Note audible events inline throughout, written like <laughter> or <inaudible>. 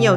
友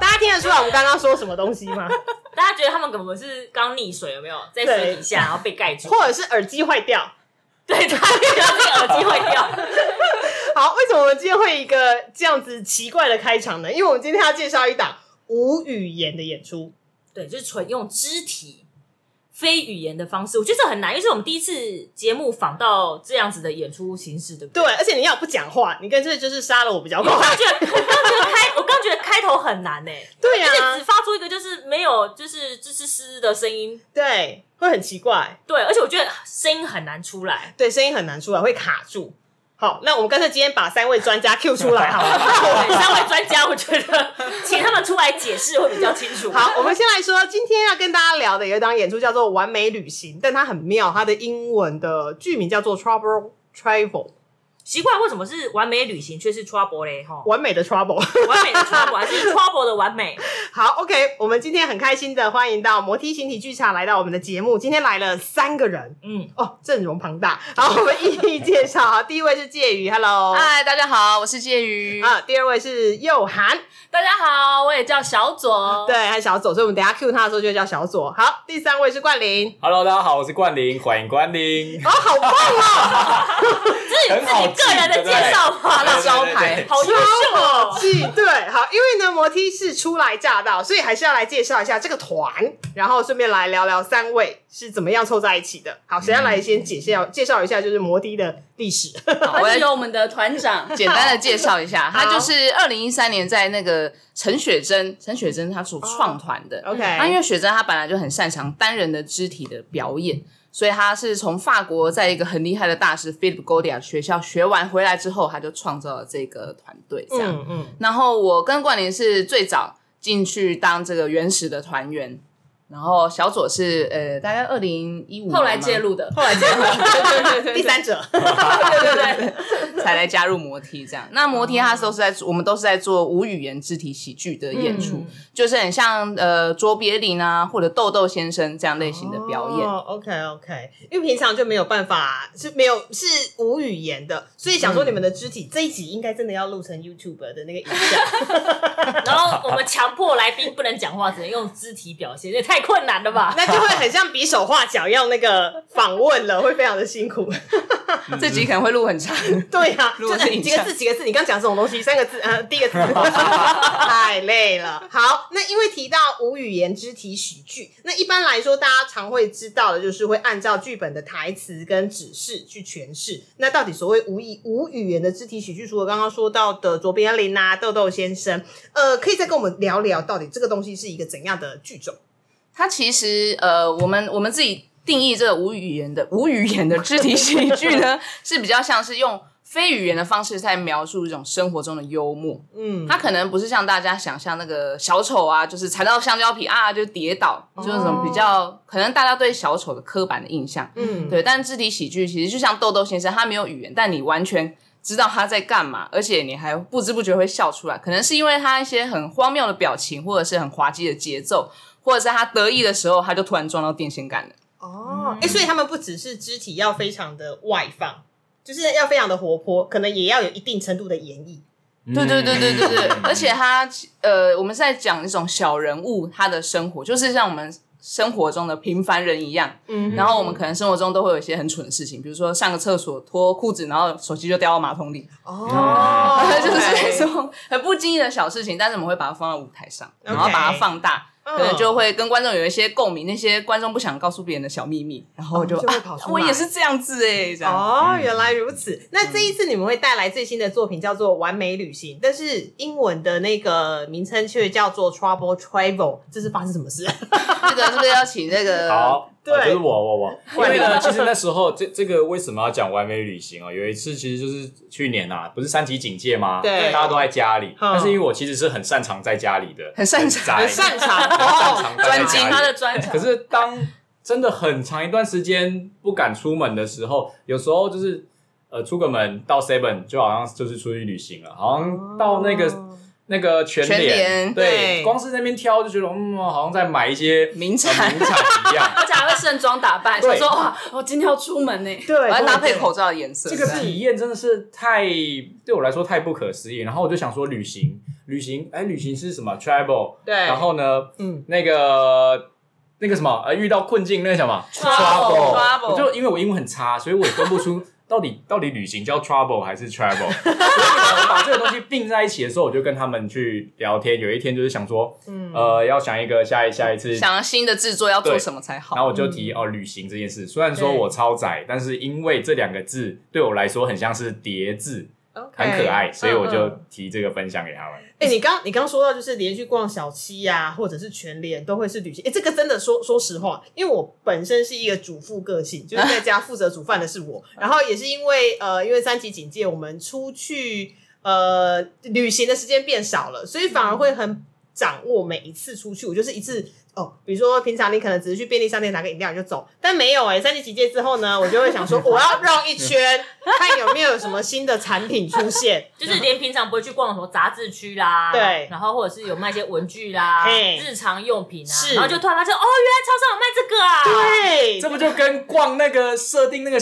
大家听得出来我们刚刚说什么东西吗？大家觉得他们可能是刚溺水，有没有在水底下，然后被盖住？ <laughs> 或者是耳机坏掉？对，他觉得自己耳机会掉。好，为什么我们今天会一个这样子奇怪的开场呢？因为我们今天要介绍一档无语言的演出。 <laughs> 对，就是纯用肢体、非语言的方式，我觉得这很难，因为是我们第一次节目访到这样子的演出形式，对不对对？，而且你要不讲话，你干脆就是杀了我比较我快刚。觉得，我刚觉得开，我刚觉得开头很难呢、欸对而且啊只，发出一个就是没有，就是吱吱吱的声音，对，会很奇怪，对，而且我觉得声音很难出来。对，声音很难出来，会卡住。好，那我们干脆今天把三位专家 Q 出啊来好了。 <laughs> 对，三位专家，我觉得请他们出来解释会比较清楚。好，我们先来说，今天要跟大家聊的有一档演出叫做《完美旅行》，但它很妙，它的英文的剧名叫做 Trouble Travel，奇怪，为什么是完美旅行却是 trouble 嘞？哈，完美的 Trouble。完美的 trouble 还是 trouble 的完美？好，OK，我们今天很开心的欢迎到摩梯形体剧场来到我们的节目，今天来了三个人嗯，哦，阵容庞大。好，我们一一介绍啊，第一位是介宇，Hello，嗨，大家好，我是介鱼。啊，第二位是佑涵，大家好，我也叫小左。对，还有小左，所以我们等一下 Q 他的时候就叫小左。好，第三位是冠霖， Hello，大家好，我是冠霖，欢迎光临。哦，好棒哦，这是你自己个人的介绍吧？好记招牌对对对对好优秀超好哦！记，对，好，因为呢，摩梯是初来乍到，所以还是要来介绍一下这个团，然后顺便来聊聊三位是怎么样凑在一起的。好，谁要来先介绍介绍一下，就是摩梯的历 <laughs> 史？好那我来就由我们的团长简单的介绍一下，好他就是二零一三年在那个陈雪珍，陈雪珍她所创团哦的。 OK，那因为雪珍她本来就很擅长单人的肢体的表演，所以她是从法国在一个很厉害的大师 Philip Godia 学校学完回来之后，她就创造了这个团队。这样，嗯嗯，然后我跟冠霖是最早进去当这个原始的团员，然后小左是呃大概二零一五后来介入的，后来第三者，对对对， <laughs> 才来加入摩梯这样。那摩梯它都是在我们都是在做无语言肢体喜剧的演出，就是很像呃卓别林啊或者豆豆先生这样类型的表演。哦、OK OK，因为平常就没有办法，是没有是无语言的，所以想说你们的肢体、这一集应该真的要录成 YouTube 的那个影 <laughs> 像，然后我们强迫来宾不能讲话，只能用肢体表现，这也太困难了吧？那就会很像比手画脚要那个访问了，会非常的辛苦。这集可能会录很长， <laughs> 对呀、如就果是是影几个像字几个字，你刚讲这种东西，三个字，呃，第一个字， <laughs> 太累了。好，那因为提到无语言肢体喜剧，那一般来说大家常会知道的就是会按照剧本的台词跟指示去诠释。那到底所谓无语无语言的肢体喜剧，除了刚刚说到的卓别林啊、豆豆先生，呃，可以再跟我们聊聊到底这个东西是一个怎样的剧种？它其实呃，我们我们自己定义这个无语言的 <laughs> 无语言的肢体喜剧呢，是比较像是用非语言的方式在描述一种生活中的幽默。嗯，它可能不是像大家想象那个小丑啊，就是踩到香蕉皮啊就跌倒，就是那种比较可能大家对小丑的刻板的印象。嗯，对，但肢体喜剧其实就像豆豆先生，他没有语言，但你完全知道他在干嘛，而且你还不知不觉会笑出来。可能是因为他一些很荒谬的表情，或者是很滑稽的节奏，或者是他得意的时候，他就突然撞到电线杆了。哦，哎、所以他们不只是肢体要非常的外放，就是要非常的活泼，可能也要有一定程度的演绎。对对对对对对，嗯而且他呃，我们是在讲一种小人物他的生活，就是像我们生活中的平凡人一样。嗯，然后我们可能生活中都会有一些很蠢的事情，比如说上个厕所脱裤子，然后手机就掉到马桶里，哦嗯 <laughs> <laughs> 就是这种很不经意的小事情，但是我们会把它放到舞台上，然后把它放嗯大。可能就会跟观众有一些共鸣，那些观众不想告诉别人的小秘密，然后我就,、哦就会跑出啊，来我也是这样子哎、欸，这样。嗯哦，原来如此。那这一次你们会带来最新的作品叫做《完美旅行》，但是英文的那个名称却叫做 Trouble Travel，这是发生什么事？这个是不是要请这 <laughs> 个好对啊就是我我我。因为呢，其实那时候这这个为什么要讲完美旅行哦？有一次其实就是去年啊，不是三级警戒吗？对大家都在家里，嗯但是因为我其实是很擅长在家里的，很擅长宅很擅长哦，很擅长待在专精家里他的专长可是当真的很长一段时间不敢出门的时候，有时候就是呃出个门到 Seven 就好像就是出去旅行了，好像到那个、那个全哦全联对，对光是那边挑就觉得嗯，好像在买一些名呃产名产 <laughs> 一样。而且还会盛装打扮，想对说哇，我今天要出门呢。对，欸我要搭配对口罩的颜色。这个体验真的是太对我来说太不可思议，然后我就想说旅行，旅行，哎，旅行是什么？travel，对然后呢，嗯，那个那个什么，呃，遇到困境那个叫什么 trouble，哦 trouble 我就因为我英文很差，所以我也分不出 <laughs> 到底到底旅行叫 trouble 还是 travel。所以我把这个东西并在一起的时候，我就跟他们去聊天。有一天就是想说，嗯呃，要想一个下一下一次。嗯想要新的制作要做对什么才好嗯然？后我就提哦，旅行这件事，虽然说我超窄，但是因为这两个字对我来说很像是叠字，呃很可爱，所以嗯我嗯就提这个分享给他们。哎、你刚你刚说到就是连续逛小七呀、或者是全联都会是旅行。哎、这个真的说说实话，因为我本身是一个主妇个性，就是在家负责煮饭的是我。然后也是因为呃，因为三级警戒，我们出去呃旅行的时间变少了，所以反而会很掌握每一次出去。我就是一次哦，比如说平常你可能只是去便利商店拿个饮料你就走，但没有哎、三级警戒之后呢，我就会想说我要绕一圈，看有没有什么新的产品出现。就是连平常不会去逛什么杂志区啦，对然后或者是有卖一些文具啦、嘿日常用品啊，是然后就突然发现哦，原来超商有对，卖这个啊，这不就跟逛那个设定那个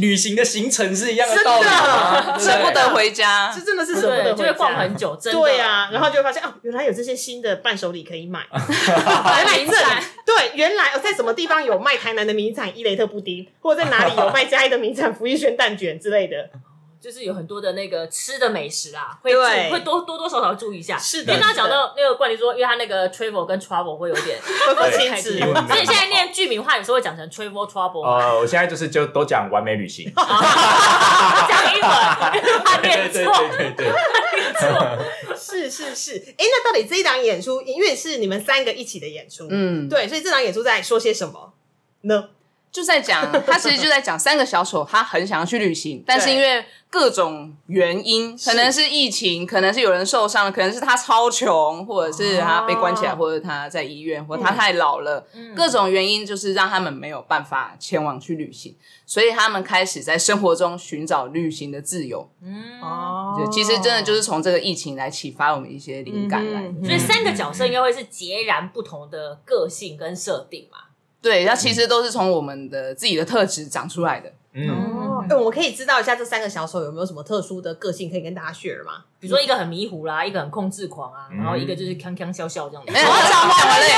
旅行的行程是一样真的道理吗？舍不得回家这，真的是舍不对，得就回会家逛很久，真的。对呀、然后就会发现哦，原来有这些新的伴手礼可以买。原来这里对，原来哦我在什么地方有卖台南的名产伊雷特布丁，或者在哪里有卖嘉义的名产福一轩蛋卷之类的。就是有很多的那个吃的美食啊，会对注会多多多少少注意一下。是的因为刚刚是的讲到那个冠霖说，因为他那个 travel 跟 travel 会有 <laughs> 点，会不会亲子对因为所以现在念剧名话，有时候会讲成 travel trouble 嘛，呃，我现在就是就都讲完美旅行， <laughs> <laughs> 讲英文，怕对念对错。对对对，是是是，哎，那到底这一档演出，因为是你们三个一起的演出，嗯，对，所以这档演出在说些什么呢？就 <laughs> 在讲，他其实就在讲三个小丑，他很想要去旅行，但是因为各种原因，可能是疫情，可能是有人受伤了，可能是他超穷，或者是他被关起来，哦嗯或者他在医院，或者他太老了，各种原因就是让他们没有办法前往去旅行，所以他们开始在生活中寻找旅行的自由。哦就其实真的就是从这个疫情来启发我们一些灵感来的。嗯所以三个角色应该会是截然不同的个性跟设定嘛。对，它其实都是从我们的自己的特质长出 <laughs> 来的。嗯，哦，哎，我们可以知道一下这三个小丑有没有什么特殊的个性可以跟大家 share 吗？比如说一个很迷糊啦，一个很控制狂啊，然后一个就是锵锵笑笑这样子。哎、我讲完了耶！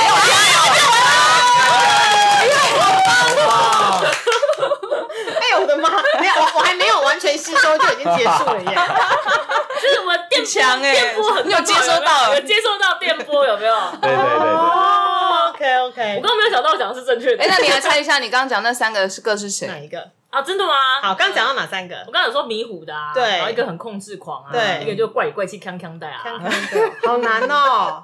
哎，我的妈！没有，我我还没有完全吸收就已经结束了耶。 <laughs> 就是我们电强波，欸电波很你有接收到有没有有接收到电波有没有？我对对对对。哦，OK OK，刚刚没有想到我讲的是正确的 <laughs> 哎、那你来猜一下，你刚刚讲那三个是各是哪谁？一个？啊，真的吗？好，刚刚讲到哪三个我？刚刚有说迷糊的啊，对然后一个很控制狂啊，对一个就怪里怪气锵锵的啊。看看这个好难哦。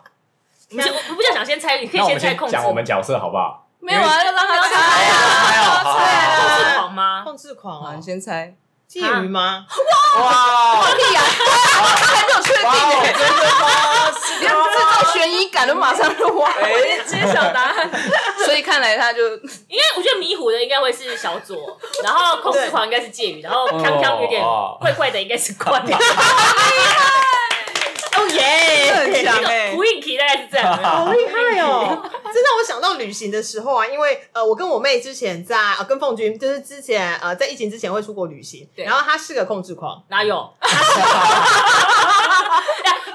你先，我我不想想先猜，你可以那我们猜先控制。讲我们角色好不好？没有啊，要让他猜哎啊！哎呀，好控好制狂吗？控制狂好，哦你，先猜。介于吗？哇，屁呀、还没有确定哇，耶、真的吗？是你要制造悬疑感，就马上就完。直接想答案， <laughs> 所以看来他就应该我觉得迷糊的应该会是小左，然后控制狂应该是介宇，然后锵锵有点哦怪怪的应该是冠霖。哦耶！ <laughs> 很强哎、胡应琪大概是这样。 <laughs> 好厉害哦！这让我想到旅行的时候啊，因为呃，我跟我妹之前在呃跟凤君，就是之前呃在疫情之前会出国旅行，对然后她是个控制狂，哪有？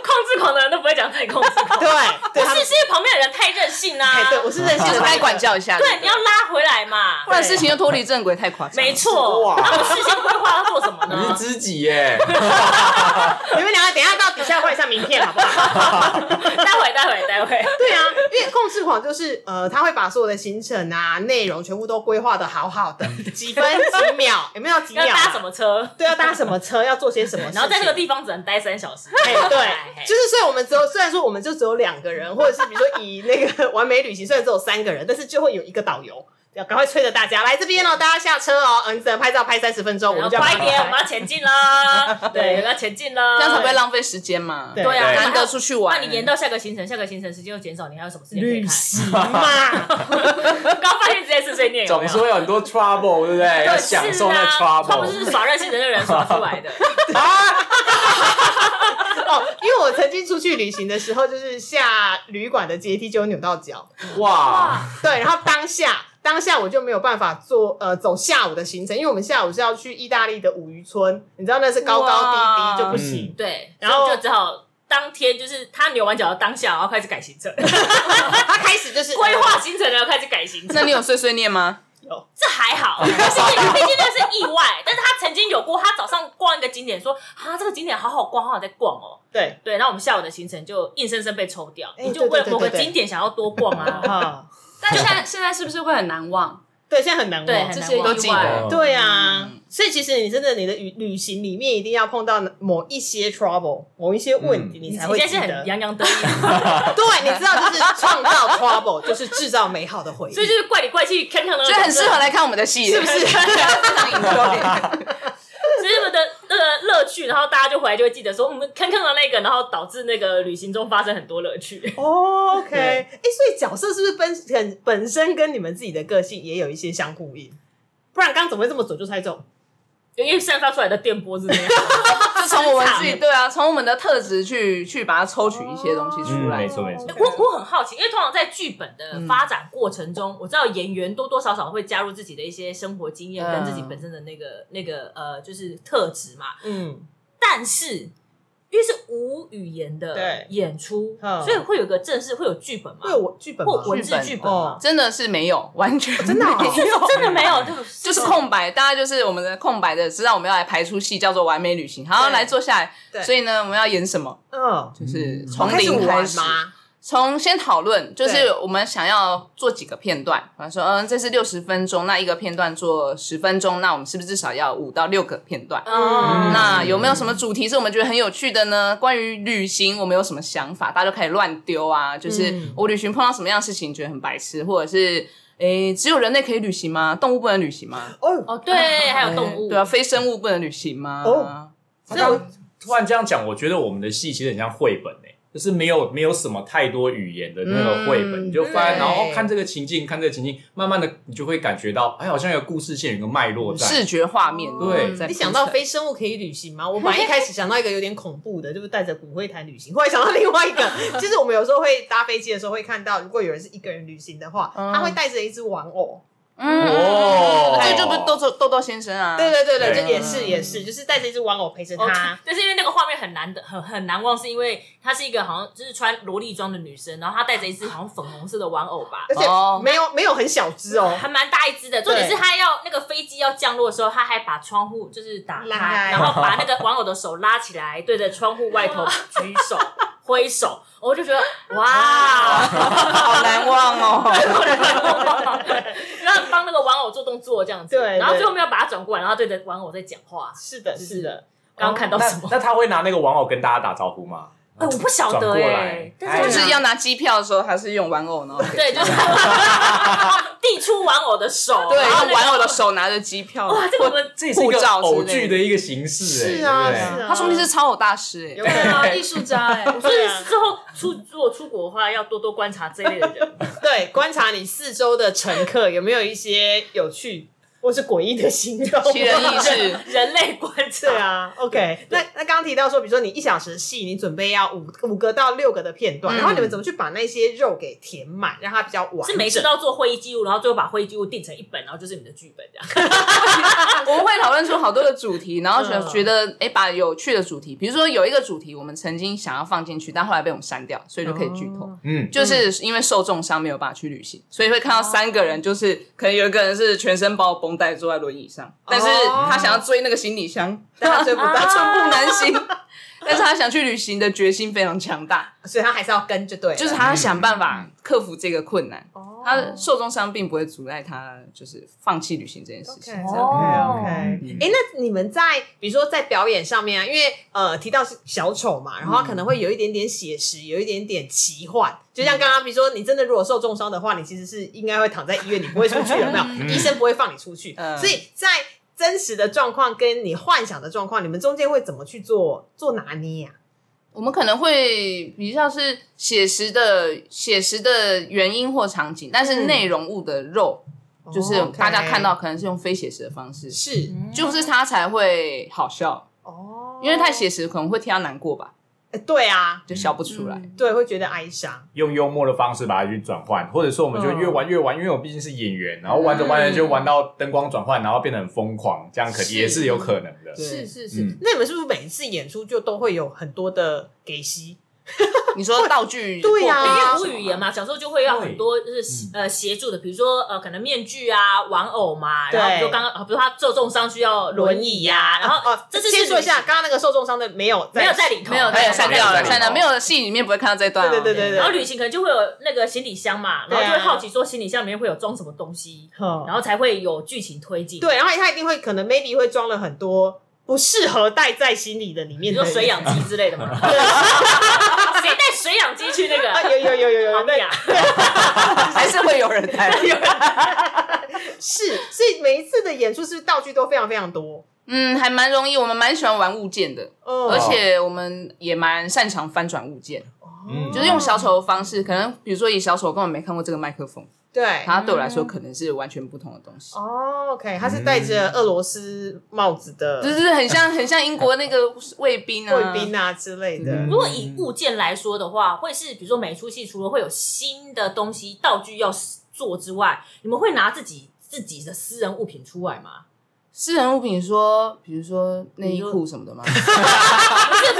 控制狂的人都不会讲自己控制狂，对对，不她是是因为旁边的人太任性啦、哎对我是任性就的，是该管教一下。对，你要拉回来嘛不。然事情就脱离正轨，太夸张。没，错，哇那我事先规划要做什么你是呢？知己耶，你们两个等一下到底下换一下名片好不好？待会，待会，待会。对啊，因为控制狂就是呃，他会把所有的行程啊、内容全部都规划的好好的，几分几秒， <laughs> 有没有几秒嗯要啊？搭什么车？对，要搭什么车，要做些什么事情， <laughs> 然后在这个地方只能待三小时。哎，对，就是所以我们只有虽然说我 <laughs> 们就只有两个人，或者是比如说以那个完美旅行，虽然只有三个人，但是就会有一个导游。要赶快催着大家来这边哦，大家下车哦，嗯，只能拍照拍三十分钟，我然们后就要快一哎点，我赶们快要前进啦！对，我们要前进啦！这样才不会浪费时间嘛。对对啊，对难得出去玩，那你延到下个行程，下个行程时间又减少，你还有什么时间可以律看？师 <laughs> 嘛， <laughs> 刚发现这件事最念有没总有？说有很多 trouble，对不对？要对，享受那是啊，他不 trouble。是耍任性的那人耍出 <laughs> 来的。哦，因为我曾经出去旅行的时候，就是下旅馆的阶梯就扭到脚，哇，对，然后当下当下我就没有办法做呃走下午的行程，因为我们下午是要去意大利的五渔村，你知道那是高高哇低低就不嗯行。对，然然后后就只好当天就是他扭完脚的当下，然后开始改行程，他开始就是嗯 <laughs> 规划行程然后开始改行程。那你有碎碎念吗？这还好，就是因为毕竟那是意外。但是他曾经有过，他早上逛一个景点说啊，这个景点好好逛，好好在逛哦。 <laughs> 对对，然后我们下午的行程就硬生生被抽掉，哎你就为了对对某个对对景点想要多 <laughs> 逛啊。啊，但现在现在是不是会很难忘对，现在很难对忘很这难些忘嗯意外？对啊，所以其实你真的你的旅旅行里面一定要碰到某一些 trouble，某一些问题，你才你会现在记是得很。 <laughs> 洋洋得意，对，你知道，就是创造 trouble，就是制造美好的回忆，所以就是怪里怪气，看看的，所以很适合来看我们的戏，是不是？ <laughs> 非常 enjoy 所以他们的那个乐趣，然后大家就回来就会记得说，嗯我们看看了那个，然后导致那个旅行中发生很多乐趣。 <laughs> 哦 OK，对哎、所以角色是不是本很本身跟你们自己的个性也有一些相呼应？不然刚怎么会这么准就猜中？因为散发出来的电波是那样，就从我们自己对啊，从我们的特质去去把它抽取一些东西出嗯，来没。错没错。我我很好奇，因为通常在剧本的发展过程中，我知道演员多多少少会加入自己的一些生活经验跟自己本身的那个、那个呃，就是特质嘛。嗯，但是因为是无语言的对演出，嗯所以会有个正式会有剧本嘛因，为我剧本嘛或文字剧本嘛哦，嗯真的是没有，完全真的、 <laughs> 哦，真的没有，就是空白，大家就是我们的空白的，知道我们要来排出戏叫做《完美旅行》，好，对来坐下对来。所以呢，我们要演什么？嗯，就是嗯从开始零开玩始，嘛，从先讨论，就对是我们想要做几个片段，比方说，嗯，这是六十分钟，那一个片段做十分钟，那我们是不是至少要五到六个片段？嗯，那有没有什么主题是我们觉得很有趣的呢？关于旅行，我们有什么想法？大家就开始乱丢啊，就是嗯我旅行碰到什么样的事情觉得很白痴，或者是诶，只有人类可以旅行吗？动物不能旅行吗？哦，哦对，还有动诶物，对啊，非生物不能旅行吗？哦他刚刚突然这样讲，我觉得我们的戏其实很像绘本诶、就是没有没有什么太多语言的那个绘本，嗯你就翻，对然后哦看这个情境，看这个情境，慢慢的你就会感觉到，哎，好像有故事线，有个脉络在。视觉画面，对在你想到铺陈非生物可以旅行吗？我本来一开始想到一个有点恐怖的，就是带着骨灰坛旅行，后来想到另外一个，就是我们有时候会搭飞机的时候会看到，如果有人是一个人旅行的话，嗯他会带着一只玩偶，哦嗯，对，就不是豆豆豆豆先生啊，对对对对，对这也是也是，就是带着一只玩偶陪着哦他，，但是因为那个画面很难的，很很难忘，是因为她是一个好像就是穿萝莉装的女生，然后她带着一只好像粉红色的玩偶吧，而且哦没有没有很小只哦，还蛮大一只的。重点对是她要那个飞机要降落的时候，她还把窗户就是打拉开，开然后把那个玩偶的手拉起来，对着窗户 <laughs> 外头举手挥手，我就觉得 <laughs> 哇，好难忘啊哦。然后帮那个玩偶做动作这样子，对然后对最后没有把它转过来，然后对着玩偶在讲话。是的，就是是的，哦刚刚看到那什么？那他会拿那个玩偶跟大家打招呼吗？哎，我不晓转得过哎来，但是就她是要拿机票的时候，他是用玩偶呢，对，就是递出玩偶的手，对，然后那用个玩偶的手拿着机票，哇，这个我们这也是一个护照之类的偶剧的一个形式、哎，是啊对不对是啊他说明是超偶大师有哎。可对能啊，艺术家哎，所对以啊之后出如果出国的话，要多多观察这一类的人。 <laughs> 对，观察你四周的乘客有没有一些有趣或是诡异的行动，奇人异事，人类观察，对，啊，OK 那。那刚刚提到说，比如说你一小时的戏，你准备要五五个到六个的片段，嗯然后你们怎么去把那些肉给填满，让它比较完整？是每次都要做会议记录，然后最后把会议记录定成一本，然后就是你的剧本这样。我们会讨论出好多的主题，然后嗯觉觉得哎，把有趣的主题，比如说有一个主题我们曾经想要放进去，但后来被我们删掉，所以就可以剧透。嗯，就是因为受重伤没有办法去旅行，所以会看到三个人，就是可能有一个人是全身包绷带坐在轮椅上，但是他想要追那个行李箱，但他追不到，寸步难行。但是他想去旅行的决心非常强大， <laughs> 所以他还是要跟就对了，就是他要想办法克服这个困难。他的受重伤并不会阻碍他就是放弃旅行这件事情。 OK，OK，OK 哦哎、嗯那你们在比如说在表演上面啊，因为呃提到是小丑嘛，然后它可能会有一点点写实，有一点点奇幻。就像刚刚，比如说你真的如果受重伤的话，你其实是应该会躺在医院，你不会出去，有没有？ <laughs> 医生不会放你出去。嗯所以在真实的状况跟你幻想的状况，你们中间会怎么去做做拿捏啊？我们可能会比较是写实的写实的原因或场景，但嗯是内容物的肉，哦就是大家看到可能是用非写实的方式，是就是它才会好笑，哦因为太写实可能会替他难过吧，哎对啊，就笑不出来。对，会觉得哀伤。用幽默的方式把它去转换，或者说我们就嗯越玩越玩，因为我毕竟是演员，然后玩着玩着就玩到灯光转换，然后变得很疯狂，这样可嗯是也是有可能的。对是是嗯那你们是不是每一次演出就都会有很多的给息？你说道具对啊或因者为无语言嘛，小时候就会要很多就是呃协助的，比如说呃可能面具啊、玩偶嘛，对然后比如说刚刚，呃比如说他受重伤需要轮椅呀、然后哦， <laughs> 这次是先说一下，旅行刚刚那个受重伤的没有没有在里头，没有哎在呀，删掉了，对删掉了，没有戏里面不会看到这段哦。对对对对然后旅行可能就会有那个行李箱嘛，然对啊后就会好奇说行李箱里面会有装什么东西，哼然后才会有剧情推进。，对，然后他一定会可能 maybe 会装了很多不适合带在心里的里比面如的说水氧机之类 <laughs> 的嘛， <laughs> 谁带水氧机去那个？啊，有有有有有有，对呀那，还是会有人带。是，所以每一次的演出是不是道具都非常非常多， <laughs> 嗯，还蛮容易，我们蛮喜欢玩物件的，嗯而且我们也蛮擅长翻转物件，嗯，就是用小丑的方式，可能比如说以小丑我根本没看过这个麦克风，对。它对我来说可能是完全不同的东西。哦，OK，他是戴着嗯俄罗斯帽子的就是很像很像英国那个卫兵啊，贵宾啊之类的，嗯如果以物件来说的话，会是比如说每出戏除了会有新的东西道具要做之外，你们会拿自己自己的私人物品出来吗？私人物品说，比如说内衣裤什么的吗？不是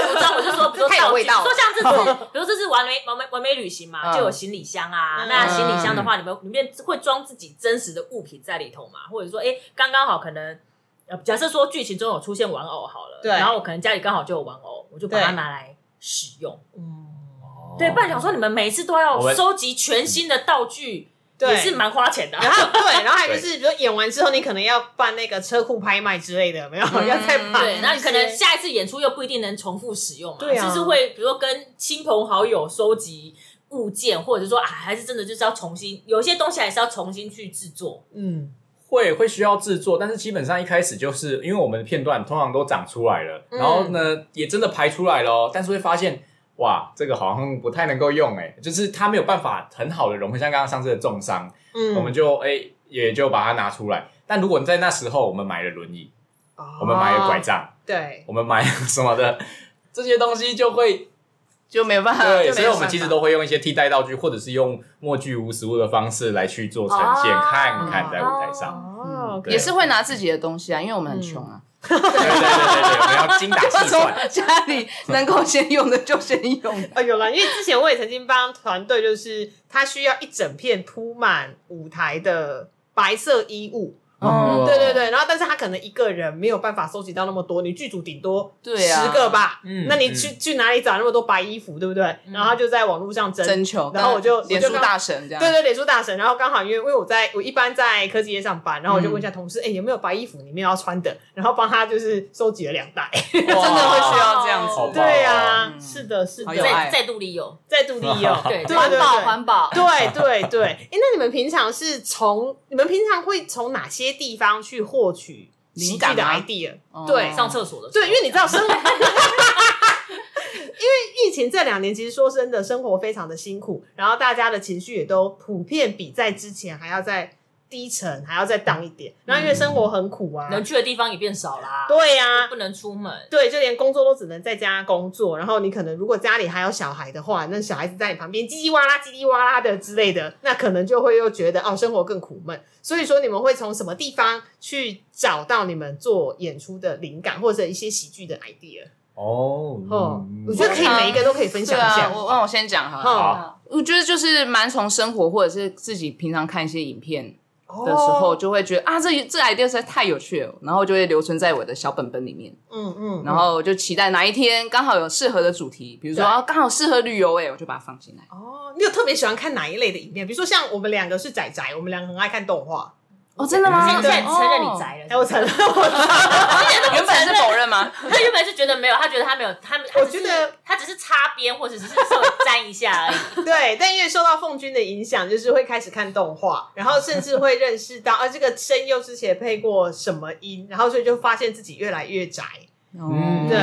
服装，我是说，比如说太有道味具，道了说像这次，比如这次完美完美完美旅行嘛，嗯就有行李箱啊。嗯那行李箱的话，你们里面会装自己真实的物品在里头嘛？或者说，哎，刚刚好可能。呃，假设说剧情中有出现玩偶好了，对然后我可能家里刚好就有玩偶，我就把它对拿来使用。哦对，不然想说你们每次都要我们收集全新的道具，对也是蛮花钱的啊。然后对，然后还有就是，比如说演完之后，你可能要办那个车库拍卖之类的，没有，要再把嗯对，然后你可能一些下一次演出又不一定能重复使用嘛，对啊就是会比如说跟亲朋好友收集物件，或者说啊，还是真的就是要重新，有些东西还是要重新去制作。嗯，会会需要制作，但是基本上一开始就是因为我们的片段通常都长出来嗯了，然后呢也真的排出来了哦，但是会发现哇，这个好像不太能够用哎，就是它没有办法很好的融合，像刚刚上次的重伤，嗯我们就哎、也就把它拿出来。但如果在那时候我们买了轮椅，我们买了拐，哦啊杖，对，我们买了什么的，这些东西就会 <laughs> <laughs> 就没有办法。对，就所没以有办我法们其实都会用一些替代道具，或者是用默剧无实物的方式来去做呈现，哦看看在舞台上。哦嗯对也是会拿自己的东西啊，因为我们很穷啊，对对对对，我们要精打细 <laughs> 从算。家里能够先用的就先用。啊，有啦，因为之前我也曾经帮团队，就是他需要一整片铺满舞台的白色衣物，哦对对，对，然后但是他可能一个人没有办法收集到那么多，你剧组顶多 <laughs> 对啊十个吧，嗯那你去、去哪里找那么多白衣服，对不对？然后他就在网络上争，嗯征啊求，然后我就脸我书就大神这样，对对，脸书大神，然后刚好因为因为我在我一般在科技业上班，然后我就问一下嗯同事，哎、有没有白衣服你们要穿的？然后帮他就是收集了两袋，真的会需要这样好子。棒对啊，嗯是的，是好的，有爱在在肚里有，再度利 <laughs> 用，对 <laughs> 对环对保对环保， <laughs> 对对对，哎、那你们平常是从你们平常会从哪些地方去获取喜剧的灵感吗 idea？、哦对，上厕所的时候对，因为你知道生活，因为疫情这两年，其实说真的，生活非常的辛苦，然后大家的情绪也都普遍比在之前还要再低沉，还要再荡一点。然后因为生活很苦啊，嗯能去的地方也变少啦，对呀、不能出门。对，就连工作都只能在家工作，然后你可能如果家里还有小孩的话，那小孩子在你旁边叽叽哇啦、叽叽哇啦的之类的，那可能就会又觉得哦，生活更苦闷。所以说，你们会从什么地方去找到你们做演出的灵感，或者一些喜剧的 idea？哦哦，嗯我觉得可以每一个都可以分对享一啊下，。我让我先讲哈，哦好，我觉得就是蛮从生活或者是自己平常看一些影片哦的时候，就会觉得啊，这这 idea 实在太有趣了，然后就会留存在我的小本本里面，嗯嗯，然后就期待哪一天刚好有适合的主题，比如说对啊刚好适合旅游哎、我就把它放进来。哦，你有特别喜欢看哪一类的影片？比如说像我们两个是仔仔，我们两个很爱看动画。哦，真的你吗？现在承认你宅了是不哦是哎，我承认，我原本是否认吗？他原本是觉得没有，他觉得他没有，他们我觉得他只是擦边，或者只是稍微沾一下而 <laughs> 已。对，但因为受到凤君的影响，就是会开始看动画，然后甚至会认识 <laughs> 到，啊，这个声优之前配过什么音，然后所以就发现自己越来越 <laughs> 宅。嗯，对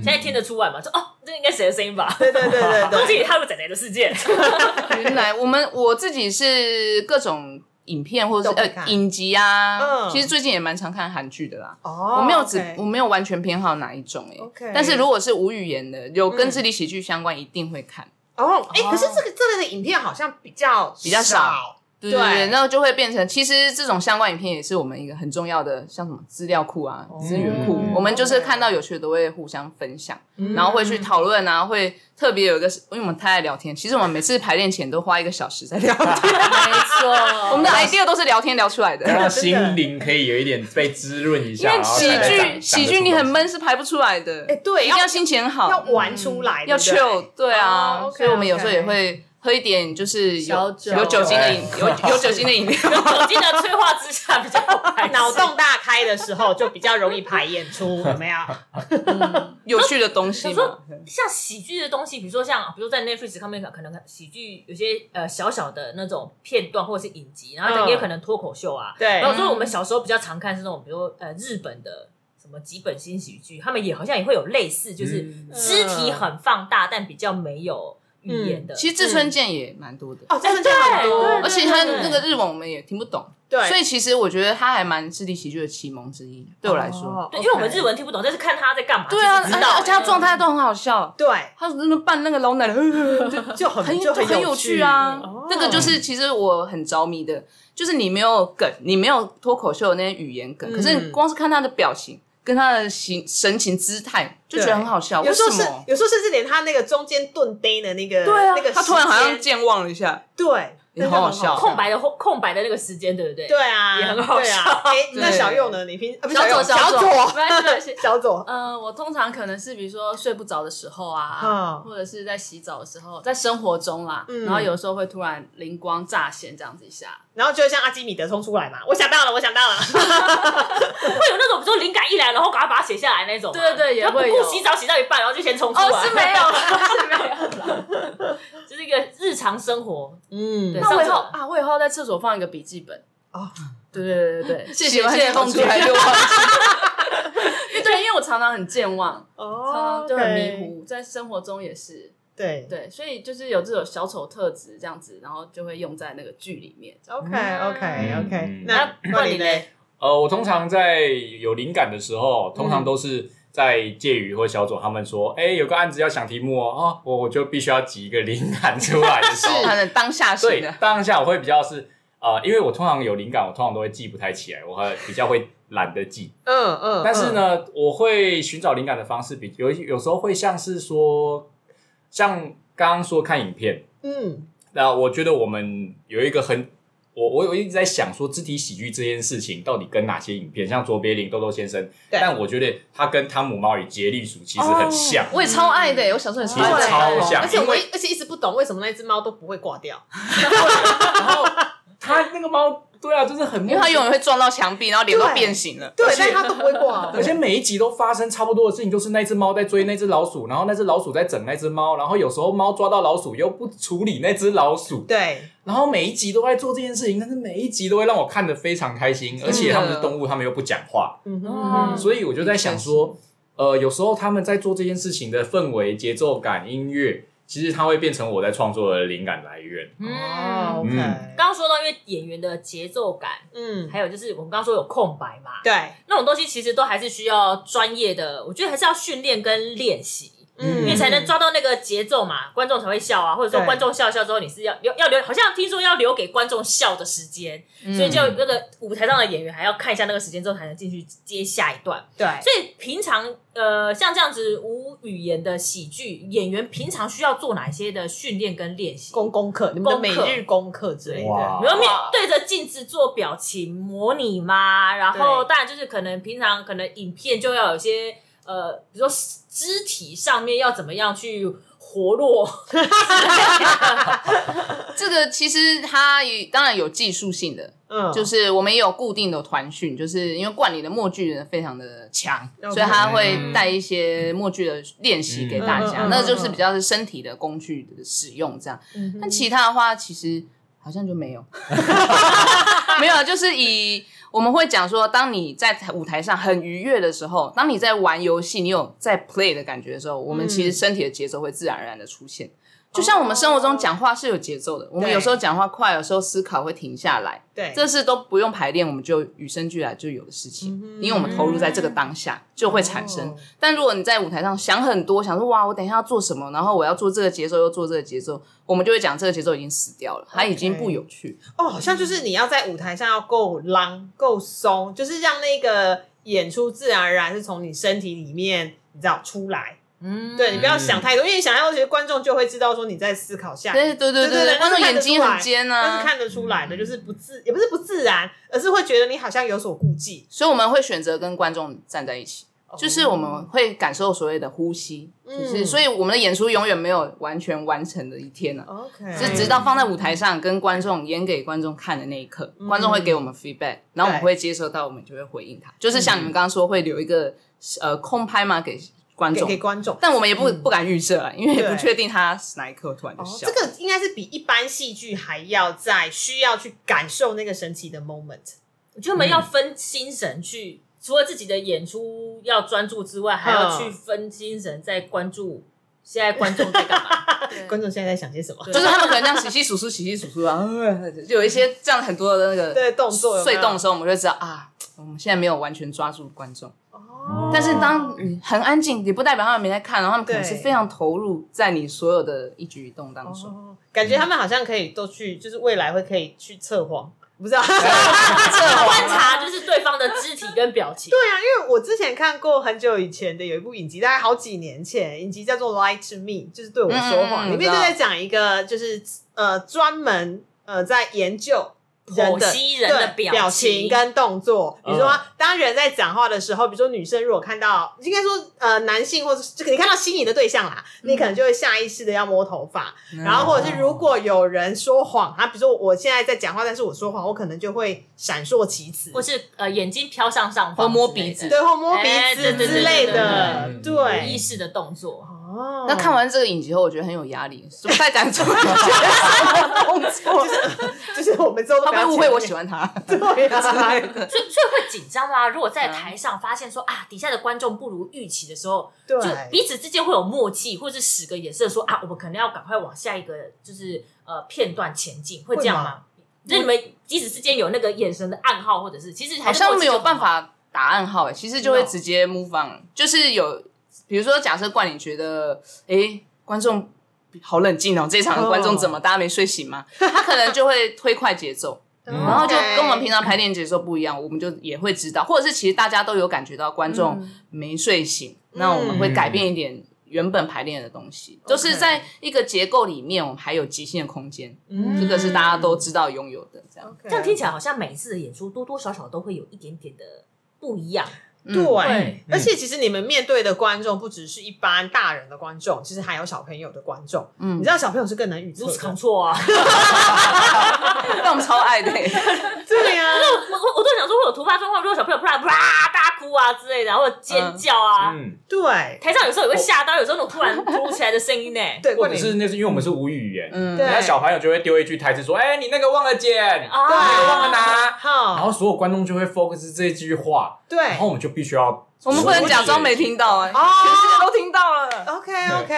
现在听得出来吗？说哦，这应该谁的声音吧？ <laughs> 对对对对 <laughs> 恭喜对，你踏入仔仔的 <laughs> 世界。哦原来我们我自己是各种影片或者是都会呃看影集啊，嗯其实最近也蛮常看韩剧的啦。哦我没有只 OK 我没有完全偏好哪一种哎、欸 OK 嗯但是如果是无语言的，有跟智力喜剧相关，一定会看。哦，哎，可是这个这类的影片好像比较比较少少，对对对对，那就会变成，其实这种相关影片也是我们一个很重要的，像什么资料库啊、资源库，嗯我们就是看到有趣的都会互相分享，嗯然后会去讨论啊，会特别有一个，因为我们太爱聊天，其实我们每次排练前都花一个小时在 <laughs> 聊天，没错， <laughs> 我们的 idea 都是聊天聊出来的。让心灵可以有一点被滋润一因下。为然后喜才长剧喜剧你很，闷是排不出来的，哎对一定要要心情要好，玩出来，要对不对 chill，对啊哦，，OK，所以我们有时候也 OK 会喝一点就是有小酒有酒精的饮 <laughs> 有有酒精的饮料，酒精的催化之下比较好排 <laughs> 斥脑洞大开的时候就比较容易排演出，有 <laughs> 没有？有趣的东西想嘛说。像喜剧的东西，比如说像，比如说在 Netflix 上面可能喜剧有些呃小小的那种片段或者是影集，然后嗯也可能脱口秀啊。对哦然后所以我们小时候比较常看是那种，比如说呃日本的什么几本新喜剧，他们也好像也会有类似，就是嗯肢体很放大，但比较没有语言的。嗯其实志村健也蛮多的，哦，真的就很对多而，且他对对那个日文我们也听不懂，对，哦所以其实我觉得他还蛮智力喜剧的启蒙之一，对我来说。哦对，因为我们 OK 日文听不懂，但是看他在干嘛，对啊，其实而知且道而且他状态都很好笑，对他真的扮那个老奶 <laughs> 奶， <laughs> 就很很就就很有趣啊哦。这个就是其实我很着迷的，就是你没有梗，你没有脱口秀的那些语言梗，嗯可是你光是看他的表情跟他的形神情姿态，就觉得很好笑。有为时候什是么？有时候甚至连他那个中间顿呆的那个对啊那个，他突然好时像间健忘了一下，对，也好好真的很笑。空白的空白的那个时间，对不对？对啊，也很好对啊笑哎，那对小右呢？你平啊不是小右左小左，左没关系没关系。小左，呃，我通常可能是比如说睡不着的时候啊嗯，或者是在洗澡的时候，在生活中啦，嗯然后有时候会突然灵光乍现这样子一下，然后就像阿基米德冲出来嘛，我想到了，我想到了，会有那种，比如说灵感一来，然后赶快把它写下来那种吗。对对也然后会不顾有洗澡洗到一半，然后就先冲出来。哦，是没有啦，是没有啦。 <laughs> 就是一个日常生活。嗯对那我以后上次啊，我以后要在厕所放一个笔记本。哦，对对对对对，谢喜谢欢谢谢动同出学。来就忘记。 <laughs> 对，因为我常常很健忘，常哦常，就很迷，糊，在生活中也是。对对，所以就是有这种小丑特质这样子，然后就会用在那个剧里面。 ，OK OK OK，嗯那那那换你你啊呢？嘞呃，我通常在有灵感的时候，通常都是在介于或小左他们说，哎、有个案子要想题目哦，哦，我我就必须要挤一个灵感出来的时候， <laughs> 他的当下型对的，，当下我会比较是呃，因为我通常有灵感，我通常都会记不太起来，我还比较会懒得记。嗯嗯，但是呢，我会寻找灵感的方式比有有时候会像是说，像刚刚说看影片，嗯，那我觉得我们有一个很。我我有一直在想说肢体喜剧这件事情到底跟哪些影片，像卓别林、豆豆先生，对但我觉得他跟汤姆猫与杰利鼠其实很像，我也超爱欸的，我小时候也超其爱实超像而且因嗯我为一而且一直不懂为什么那只猫都不会挂掉，然后他那个猫，对啊，就是很因为他永远会撞到墙壁，然后脸都对变形了。对，但是它都不会挂哦，而且每一集都发生差不多的事情，就是那只猫在追那只老鼠，然后那只老鼠在整那只猫，然后有时候猫抓到老鼠又不处理那只老鼠，对，然后每一集都在做这件事情，但是每一集都会让我看得非常开心，而且他们是动物，他们又不讲话，嗯哦哼，所以我就在想说，呃，有时候他们在做这件事情的氛围、节奏感、音乐，其实它会变成我在创作的灵感来源。哦嗯， ，OK，嗯刚刚说到，因为演员的节奏感，嗯，还有就是我们刚刚说有空白嘛，对，那种东西其实都还是需要专业的，我觉得还是要训练跟练习。嗯因为才能抓到那个节奏嘛，观众才会笑啊，或者说对观众笑一笑之后，你是要留要留，好像听说要留给观众笑的时间，嗯所以就那个舞台上的演员还要看一下那个时间之后才能进去接下一段。对，所以平常呃，像这样子无语言的喜剧演员，平常需要做哪些的训练跟练习？功功课，你们的每功课日功课之类的哇，你要面对着镜子做表情模拟吗？然后当然就是可能平常可能影片就要有一些呃，比如说肢体上面要怎么样去活络，这个其实它也当然有技术性的，嗯，就是我们也有固定的团训，就是因为冠里的默剧人非常的强， OK 所以他会带一些默剧的练习给大嗯家，嗯嗯嗯那就是比较是身体的工具的使用这样。嗯哼但其他的话，其实好像就没有， <laughs> 没有，就是以我们会讲说，当你在舞台上很愉悦的时候，当你在玩游戏，你有在 play 的感觉的时候，我们嗯其实身体的节奏会自然而然的出现。哦就像我们生活中讲话是有节奏的，我们有时候讲话快，有时候思考会停下来，对，这是都不用排练，我们就与生俱来就有的事情，嗯因为我们投入在这个当下，就会产生哦。但如果你在舞台上想很多，想说哇，我等一下要做什么，然后我要做这个节奏，又做这个节奏，我们就会讲这个节奏已经死掉了，它已经不有趣。哦，好像就是你要在舞台上要够浪、够松，就是让那个演出自然而然是从你身体里面，你知道出来。嗯，对你不要想太多，因为你想太多，其实观众就会知道说你在思考下一对对对对对观众眼睛很尖但是啊，看得出来的，就是不自也不是不自然，而是会觉得你好像有所顾忌。所以我们会选择跟观众站在一起。就是我们会感受所谓的呼吸，就是、哦嗯所以我们的演出永远没有完全完成的一天啊。 OK，是直到放在舞台上跟观众演给观众看的那一刻，嗯观众会给我们 feedback，然后我们会接收到，我们就会回应他。就是像你们刚刚说，会留一个呃空拍嘛给观给众嗯给，观众。但我们也不不敢预设啊，因为也对不确定他哪一刻突然就哦，笑这。个应该是比一般戏剧还要在需要去感受那个神奇的 moment。我觉得我们要分心神去，除了自己的演出要专注之外，还要去分心神在关注现在观众在干嘛。观众现在在想些什么？ <laughs> 就是他们可能这样洗洗数数洗洗数数啊， <laughs> 呃就有一些这样很多的那个对，动作有没有碎动的时候，我们就知道啊，我们现在没有完全抓住观众。哦但是当你很安静，也不代表他们没在看，然后他们可能是对非常投入在你所有的一举一动当中。 <laughs> 哦，感觉他们好像可以都去，就是未来会可以去测谎，不 <laughs> 知道。观察就是对方的肢体跟表情，对啊，因为我之前看过很久以前的有一部影集，大概好几年前，影集叫做《Lie to Me》，就是对我说谎，嗯嗯嗯里面就在讲一个就是呃专门呃在研究。人的剖析人的对表表情跟动作，比如说嗯当人在讲话的时候，比如说女生如果看到，应该说呃男性或者是你看到心仪的对象啦，你可能就会下意识的要摸头发， <laughs> 嗯然后或者是如果有人说谎，他比如说我现在在讲话，但是我说谎，我可能就会闪烁其词，或是呃眼睛飘向上方或摸之类的鼻子对，或摸鼻哎子对对对之类的对，对无意对。识的动作。哦那看完这个影集后，我觉得很有压力，就不太敢做什 <laughs> 么动作，就是 <laughs> 我们之后都他不要会误会我喜讲欢他。对啊，所以所以会紧张啊吗？如果在台上发现说啊，底下的观众不如预期的时候，对就彼此之间会有默契，或者使个眼色说啊，我们可能要赶快往下一个就是呃片段前进，会这样会吗？那你们彼此之间有那个眼神的暗号，或者是其实 <laughs> 好还是像没有默办契法打暗号哎，其实就会直接 move on，就是有，比如说假设冠你觉得，哎，观众好冷静哦，这场的观众怎么大家没睡醒吗？他可能就会推快节奏，嗯然后就跟我们平常排练节奏不一样，我们就也会知道，或者是其实大家都有感觉到观众没睡醒，那我们会改变一点。原本排练的东西，就是在一个结构里面，我们还有即兴的空间，这个是大家都知道拥有的。这样，就好。这样听起来好像每一次的演出多多少少都会有一点点的不一样，嗯 <laughs> 对，而且其实你们面对的观众不只是一般大人的观众，其实还有小朋友的观众。嗯你知道小朋友是更难预测如此扛的，错啊！ <laughs> 但我们超爱的、欸对啊呀，我我我都想说会有突发状况，如果小朋友突然哇大哭啊之类的，或者尖叫啊，嗯，对台上有时候也会吓到，有时候那种突然哭起来的声音呢。对，或冠者霖是那是因为我们是无语言，嗯对人家小朋友就会丢一句台词说：“哎，你那个忘了剪，啊你那个忘了拿。”然好后所有观众就会 focus 这句话，对然后我们就必须要，我们不能假装没听到哎、哦全世界都听到了。 ，OK OK，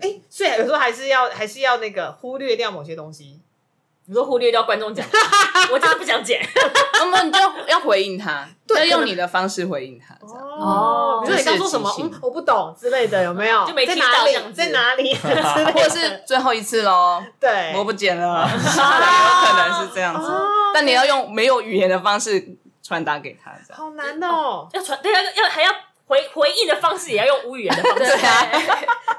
哎，所以有时候还是要还是要那个忽略掉某些东西。你说忽略掉观众讲话，我真的不想剪。那么你就要回应他，对要可用能你的方式回应他。这样哦，哦比如说你刚说什么，就是即嗯兴，我不懂之类的，有没有？就没在听到哪这样里，子在哪 <laughs> 里之类的，或者是最后一次喽，对，我不剪了，有可能是这样子。哦，但你要用没有语言的方式传达给他，这样。好难哦，要传，对，要要还要回回应的方式也要用无语言的方式，啊，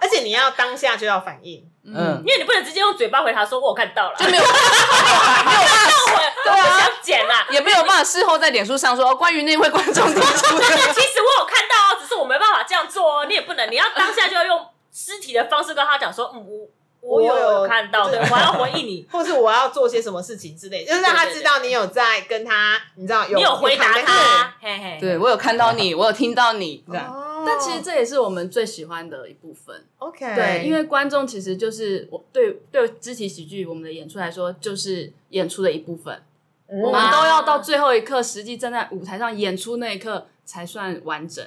而且你要当下就要反应，嗯因，为你不能直接用嘴巴回答说“我有看到了”，就没有没有办法，我我不想剪啦。也没有办法事后在脸书上说哦关于那位观众提出的。其实我有看到哦，只是我没办法这样做哦。你也不能，你要当下就要用尸体的方式跟他讲说，嗯，我我我有有看到的，对我要回应你。或是我要做些什么事情之类，就是让他知道你有在跟他，你知道有你有回答。有他，嘿嘿，对我有看到你，我有听到你，这 connect 样。哦但其实这也是我们最喜欢的一部分。 OK，对，因为观众其实就是我对对肢体喜剧我们的演出来说，就是演出的一部分。嗯我们啊都要到最后一刻，实际站在舞台上演出那一刻才算完整。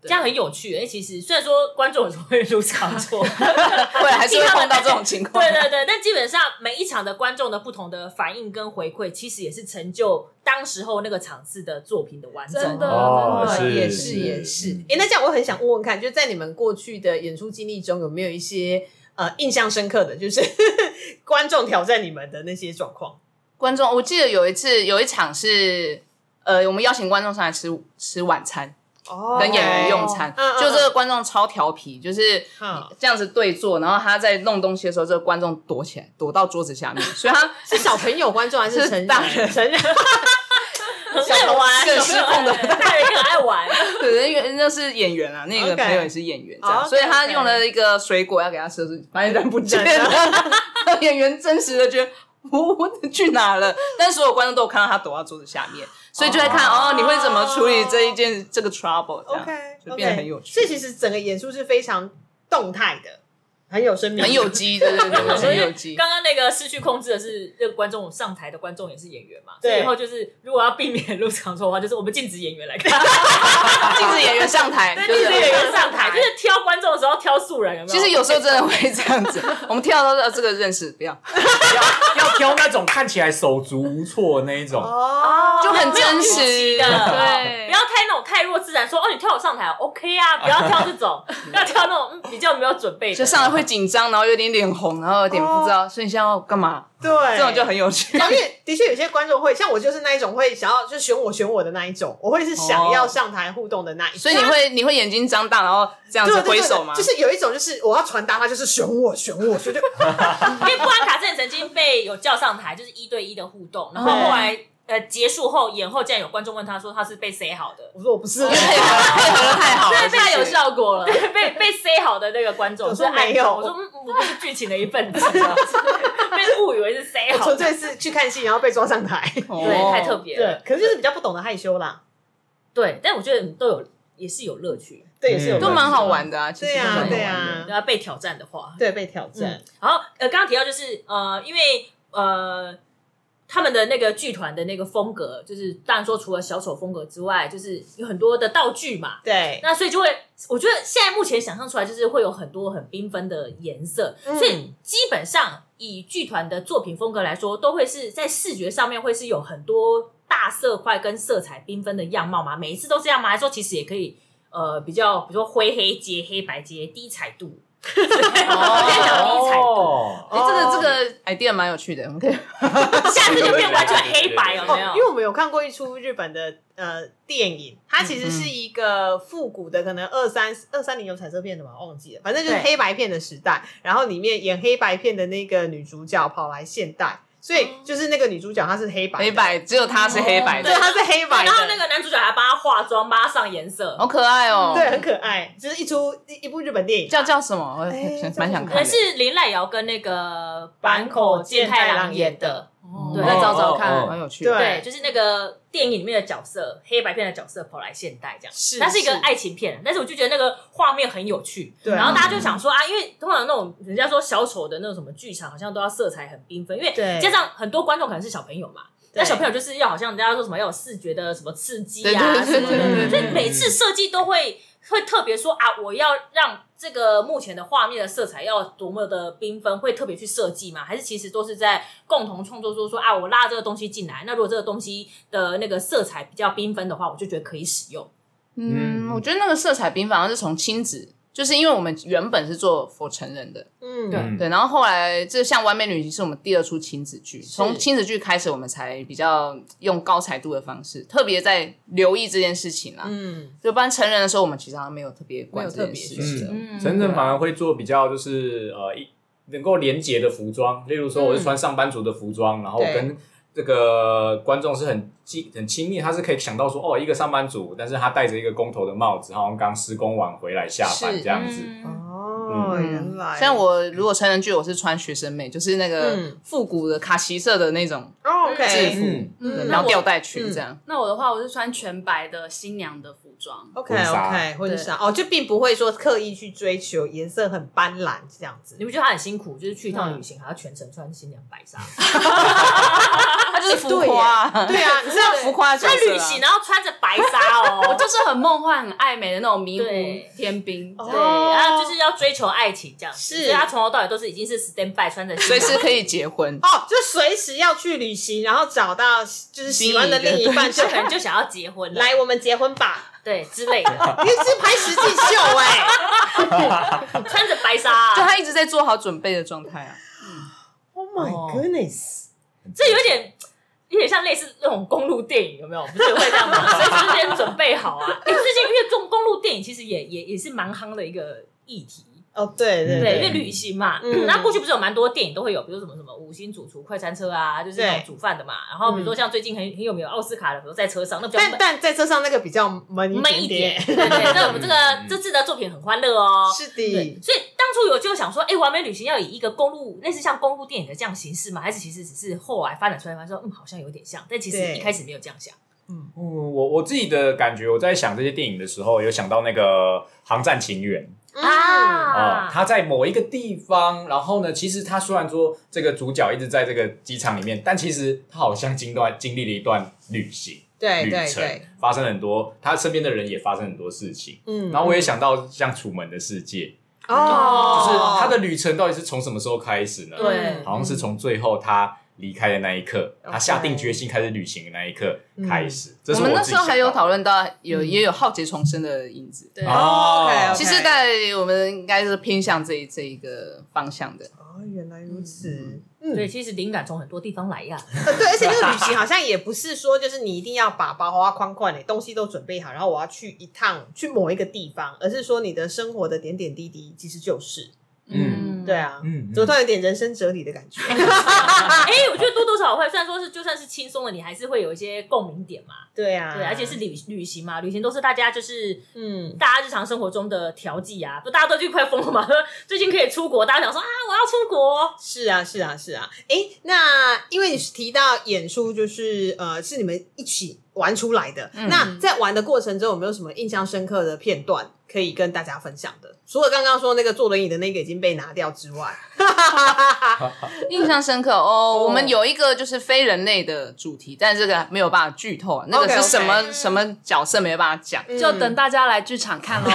这样很有趣。哎，其实虽然说观众有时候会入场错， <laughs> 对，还是会碰到这种 <laughs> 情况对。对对，但基本上每一场的观众的不同的反应跟回馈，其实也是成就当时候那个场次的作品的完整。真的哦真的是也是也是嗯。哎、那这样我很想问问看，就在你们过去的演出经历中，有没有一些呃印象深刻的，就是 <laughs> 观众挑战你们的那些状况？观众，我记得有一次有一场是，呃，我们邀请观众上来吃吃晚餐，哦跟演员用餐嗯嗯。就这个观众超调皮，就是嗯这样子对坐，然后他在弄东西的时候，这个观众躲起来，躲到桌子下面，所以他是小朋友观众还是是成人？大人成 <laughs> 人很爱玩，<laughs> 更 <laughs> 失控的大人更爱玩。 <laughs> 对，因为那是演员啊，那个 OK 朋友也是演员，这 OK，样，所以他 OK 用了一个水果要给他吃，发现人不 <laughs> 见了。 <laughs> 演员真实的觉得。我我去哪了？但所有观众都有看到他躲到桌子下面，所以就在看哦你会怎么处理这一件这个 trouble？这样 OK，就变得很有趣所以其实整个演出是非常动态的，很有生命力，很有机，对对对， <laughs> 对很有机。刚刚那个失去控制的是那个观众上台的观众也是演员嘛，对所以以后就是如果要避免入场错的话，就是我们禁止演员来看，禁止演员上台，对，就禁是止演员上台，就是挑观众的时候挑素人，有没有？其实有时候真的会这样子，我们跳到这这个认识不要，哦要要挑那种看起来手足无措的那一种，哦，就很没有真预实期的， <laughs> 对不要太那种太弱自然，说哦你跳我上台哦 OK 啊，不要跳这 <laughs> 种，要跳那种嗯比较没有准备的，就上来会紧张，然后有点脸红，然后有点不知道，所以你现在要干嘛？哦哎对，啊这种就很有趣。因为的确有些观众会像我，就是那一种会想要就选我选我的那一种，我会是想要上台互动的那一种。哦所以你会你会眼睛张大，然后这样对子对对啊挥手吗？就是有一种就是我要传达他就是选我选我， <laughs> 所以就，因为布兰卡之前曾经被有叫上台，就是一对一的互动，然后后来呃结束后演后，竟然有观众问他说他是被谁好的我说我不 <laughs> 是，配合啊配合的太好了，对，太有是不是。效果了。被被塞好的那个观众我是说爱没有我说嗯我不是剧情的一 <laughs> 份子，被误以为是塞好纯的，粹是去看戏然后被抓上台。对，太特别了，对，可是就是比较不懂得害羞啦，对，但我觉得你都有也是有乐趣，对，也是有都蛮好玩的啊，其实嗯对都蛮好啊玩的对啊嗯对，啊，被挑战的话，对被挑战，然后呃，刚刚提到就是呃，因为呃，他们的那个剧团的那个风格，就是当然说除了小丑风格之外，就是有很多的道具嘛。对，那所以就会，我觉得现在目前想象出来就是会有很多很缤纷的颜色，嗯所以基本上以剧团的作品风格来说，都会是在视觉上面会是有很多大色块跟色彩缤纷的样貌嘛。每一次都这样吗？还说其实也可以呃比较，比如说灰黑接黑白接低彩度，我跟你讲低彩度，哦，哎，这个这个 idea 蛮有趣的，我们可以下次就变完全黑白，有 <laughs> 哦没有？，因为我们有看过一出日本的呃电影，它其实是一个复古的，可能二三二三零有彩色片的嘛，忘记了，反正就是对黑白片的时代。然后里面演黑白片的那个女主角跑来现代，所以就是那个女主角她是黑白的，黑白，只有他是黑白哦对，啊的，她是黑白对的然后那个男主角还帮他化妆，帮他上颜色，好可爱哦。对，很可爱，就是一出一一部日本电影。叫叫什么？我哎叫蛮想看可的。是林濑遥跟那个坂口健健太太郎郎演演的的，哦对再找找哦哦看，哦蛮有趣的。对对，就是那个电影里面的角色，黑白片的角色跑来现代这样。是它是一个是爱情片，但是我就觉得那个画面很有趣，对然后大家就想说啊，因为通常那种人家说小丑的那种什么剧场，好像都要色彩很缤纷，因为哎对加上很多观众可能是小朋友嘛，那小朋友就是要好像人家说什么要有视觉的什么刺激啊对对对什么对的，对对所以每次设计都会会特别说啊，我要让这个目前的画面的色彩要多么的缤纷，会特别去设计吗？还是其实都是在共同创作说说啊，我拉这个东西进来，那如果这个东西的那个色彩比较缤纷的话，我就觉得可以使用。嗯，我觉得那个色彩缤纷好像是从亲子，就是因为我们原本是做 for 成人的，嗯，对嗯对，然后后来这像《完美旅行》是我们第二出亲子剧，从亲子剧开始，我们才比较用高彩度的方式，特别在留意这件事情啦。嗯，就不然成人的时候，我们其实好像没有特别管没有这特件别事去情。嗯成人反而会做比较就是呃一能够连结的服装，例如说我是穿上班族的服装，然后我对跟这个观众是很近很亲密，他是可以想到说哦，一个上班族，但是他戴着一个工头的帽子，好像刚施工完回来下班是这样子。嗯哦，嗯原来像我如果成人剧，我是穿学生妹，就是那个嗯复古的卡其色的那种，哦制，OK 服嗯，对嗯，然那后吊我带裙嗯这样。那我的话，我是穿全白的新娘的服装。 OK 婚纱 OK 婚纱哦，就并不会说刻意去追求颜色很斑斓这样子你。不觉得他很辛苦？就是去一嗯趟旅行，还要全程穿新娘白纱，它就是浮哎对耶夸啊， <laughs> 对啊，你知道浮夸的角他色旅啊行然后穿着白纱哦， <laughs> 我就是很梦幻、很爱美的那种迷对糊天兵，哦对，然啊后就是要追求爱情这样子，是所以他从头到尾都是已经是 stand by 穿着西随装，时可以结婚。哦，就随时要去旅行，然后找到就是喜欢的另一半，就就可 <laughs> 能就想要结婚了，来我们结婚吧，对之 <laughs> 类的，你是拍实境秀哎、穿着白纱、 <laughs> 啊就他一直在做好准备的状态啊， Oh my 哦 goodness！这有点。有点像类似那种公路电影，有没有？不是也会这样吗？ <laughs> 所以之前准备好啊。哎、最近因为这种公路电影其实也也也是蛮夯的一个议题，哦，对对对，因对，为旅行嘛，嗯那过去不是有蛮多电影都会有，比如什么什么五星主厨快餐车啊，就是那种煮饭的嘛。然后比如说像最近很很有名的奥斯卡的，比如说在车上，那比较但但在车上那个比较闷闷一一点点，点。对对，对那我们这个嗯这次的作品很欢乐哦。是对的，，所以当初有就想说，哎，完美旅行要以一个公路类似像公路电影的这样形式吗？还是其实只是后来发展出来，发现说嗯好像有点像，但其实对一开始没有这样想。嗯，我我自己的感觉，我在想这些电影的时候，有想到那个《航站情缘》啊，啊啊，他在某一个地方，然后呢，其实他虽然说这个主角一直在这个机场里面，但其实他好像经段经历了一段旅行对旅对程对，，发生很多，他身边的人也发生很多事情。嗯然后我也想到像《楚门的世界》，哦，就是他的旅程到底是从什么时候开始呢？对好像是从最后他离开的那一刻， OK 他下定决心开始旅行的那一刻开始。这嗯我是们那自时己候还有想嗯到讨论到有也有浩劫重生的影子，对，啊哦，OK，OK 其实，在我们应该是偏向这一这一个方向的。哦，原来如嗯此。对，其实灵感从很多地方来呀。呃对，而且那个旅行好像也不是说，就是你一定要把包啊、框框的东西都准备好，然后我要去一趟去某一个地方，而是说你的生活的点点滴滴其实就是，嗯对啊，嗯，怎么突然有点人生哲理的感 <laughs> 觉？哎、我觉得多多少少会，虽然说是就算是轻松的，你还是会有一些共鸣点嘛。对啊，对，而且是旅旅行嘛，旅行都是大家就是嗯，大家日常生活中的调剂啊，不大家都就快疯了嘛。最近可以出国，大家想说啊，我要出国，是啊，是啊，是啊。哎，那因为你提到演出，就是呃，是你们一起玩出来的。嗯那在玩的过程中，有没有什么印象深刻的片段可以跟大家分享的？除了刚刚说那个坐轮椅的那个已经被拿掉之外，印象深刻哦，我们有一个就是非人类的主题，但这个没有办法剧透啊，那个 OK，OK 是什么什么角色没有办法讲。嗯就等嗯大家来剧场看喽。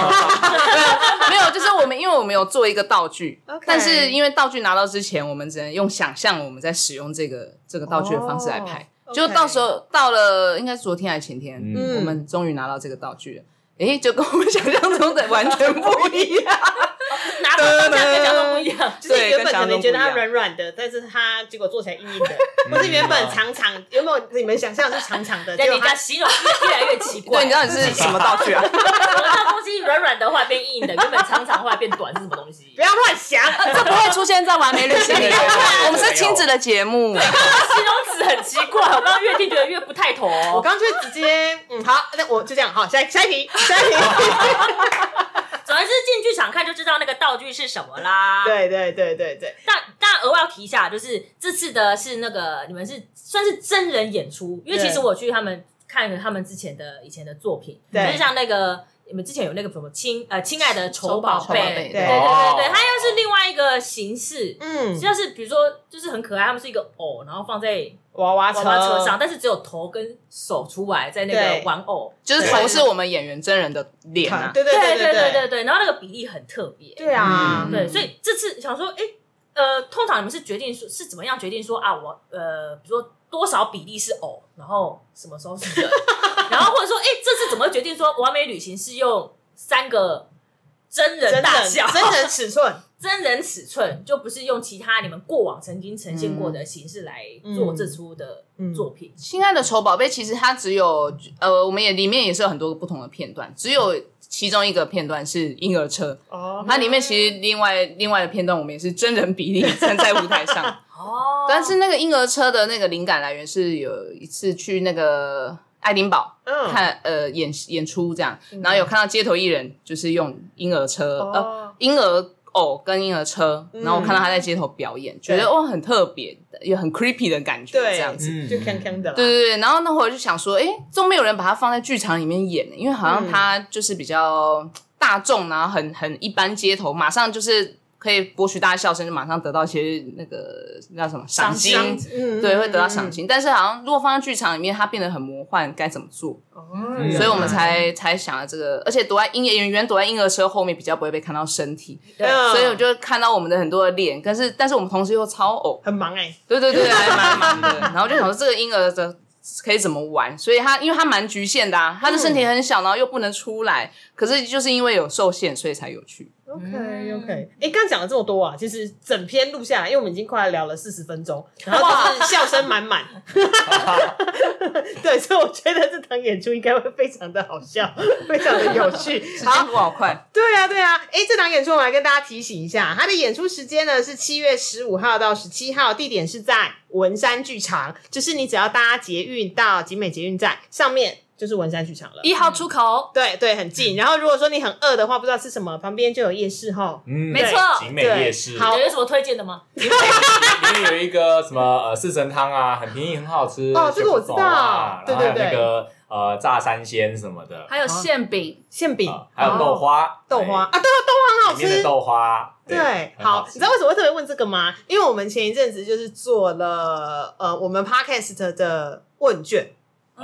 <laughs> 没有，就是我们因为我们有做一个道具 OK 但是因为道具拿到之前，我们只能用想象我们在使用这个这个道具的方式来拍。 OK 就到时候到了，应该是昨天还是前天，嗯我们终于拿到这个道具了。诶，就跟我们想象中的完全不一样。拿到当下跟想象不一样。嗯就是原本可能觉得它对跟想象中不一样嗯软软的，但是它结果做起来硬硬 <laughs> 的，或是原本长长，原本你们想象是长长 <laughs> 的，但结你果家它形容越来越奇怪， <laughs> 对，你到底是什么道具啊？那东西软软的，后来变硬硬的，原本长长，后来变短，是什么东西 <laughs> 不？要乱想， <laughs> 这不会出现在完美旅行里面。 <laughs> 我们是亲子的节目，形容词很奇怪，我刚刚越听觉得越不太妥、我哦。刚刚就直接，嗯，好，那我就这样，好，下一下一题，下一题， <laughs> 总而是进剧场看就知道那个道具是什么啦。。对对对对对，但但额外要提一下，就是这次的是那个你们是算是真人演出，因为对其实我去他们看了他们之前的以前的作品，对就是像那个你们之前有那个什么亲呃亲爱的丑宝丑贝，哦宝对贝对对对对，它又是另外一个形式，嗯就像是比如说就是很可爱，他们是一个偶，然后放在娃娃娃娃车上，但是只有头跟手出来，在那对个玩偶。就是头是我们演员真人的脸啊，对对对对对对对对，然后那个比例很特别。对啊，嗯对，所以这次想说，哎、呃，通常你们是决定说是怎么样决定说啊，我呃，比如说多少比例是偶，然后什么时候是人，然后或者说，哎、这次怎么决定说完美旅行是用三个真人真大人小、真人尺寸，真人尺寸，就不是用其他你们过往曾经呈现过的形式来做这出的作品？嗯亲爱的丑宝贝，其实它只有呃，我们也里面也是有很多个不同的片段，只有其中一个片段是婴儿车，哦它里面其实另外另外的片段我们也是真人比例站在舞台上，哦，但是那个婴儿车的那个灵感来源是有一次去那个爱丁堡。嗯看呃演演出这样，然后有看到街头艺人就是用婴儿车、呃婴儿偶跟婴儿车，然后我看到他在街头表演，觉得哇很特别，也很 creepy 的感觉对这样子。嗯就康康的啦，对对对，然后那会儿就想说，哎，都没有人把它放在剧场里面演，因为嗯好像它就是比较大众，然后很很一般街头，马上就是可以博取大家笑声，就马上得到一些那个那叫什么赏金，赏嗯对，会得到赏，金。但是好像如果放在剧场里面，它变得很魔幻，该怎么做？嗯所以我们才才想了这个，而且躲在婴演员躲在婴儿车后面比较不会被看到身体，嗯所以我就看到我们的很多的脸，但是但是我们同时又超偶，很忙哎，对对对， <laughs> 还蛮忙的。然后就想说这个婴儿的可以怎么玩，所以他因为他蛮局限的、啊，他的身体很小，然后又不能出来，可是就是因为有受限，所以才有趣。 OK OK，哎，刚讲了这么多啊，其实整篇录下来，因为我们已经快聊了四十分钟，然后就是笑声满满，对，所以我觉得这场演出应该会非常的好笑，非常的有趣。时好间，过好快，对啊对啊，哎，这场演出我们来跟大家提醒一下，它的演出时间呢是七月十五号到十七号，地点是在文山剧场，就是你只要搭捷运到景美捷运站上面就是文山剧场了。一号出口，对对，很近。然后如果说你很饿的话，不知道吃什么，旁边就有夜市哈。嗯，没错景美夜市，好有有什么推荐的吗？里面有一个什么呃四神汤啊，很便宜，很好吃。哦这个我知道小火锅啊对然后还有对对那个呃炸三鲜什么的，还有馅饼，馅饼、啊还有豆花，嗯哦豆花哎啊，对啊，豆花很好里面的吃。豆花，哎对，很好，吃你知道为什么会特别问这个吗？因为我们前一阵子就是做了呃，我们 podcast 的问卷，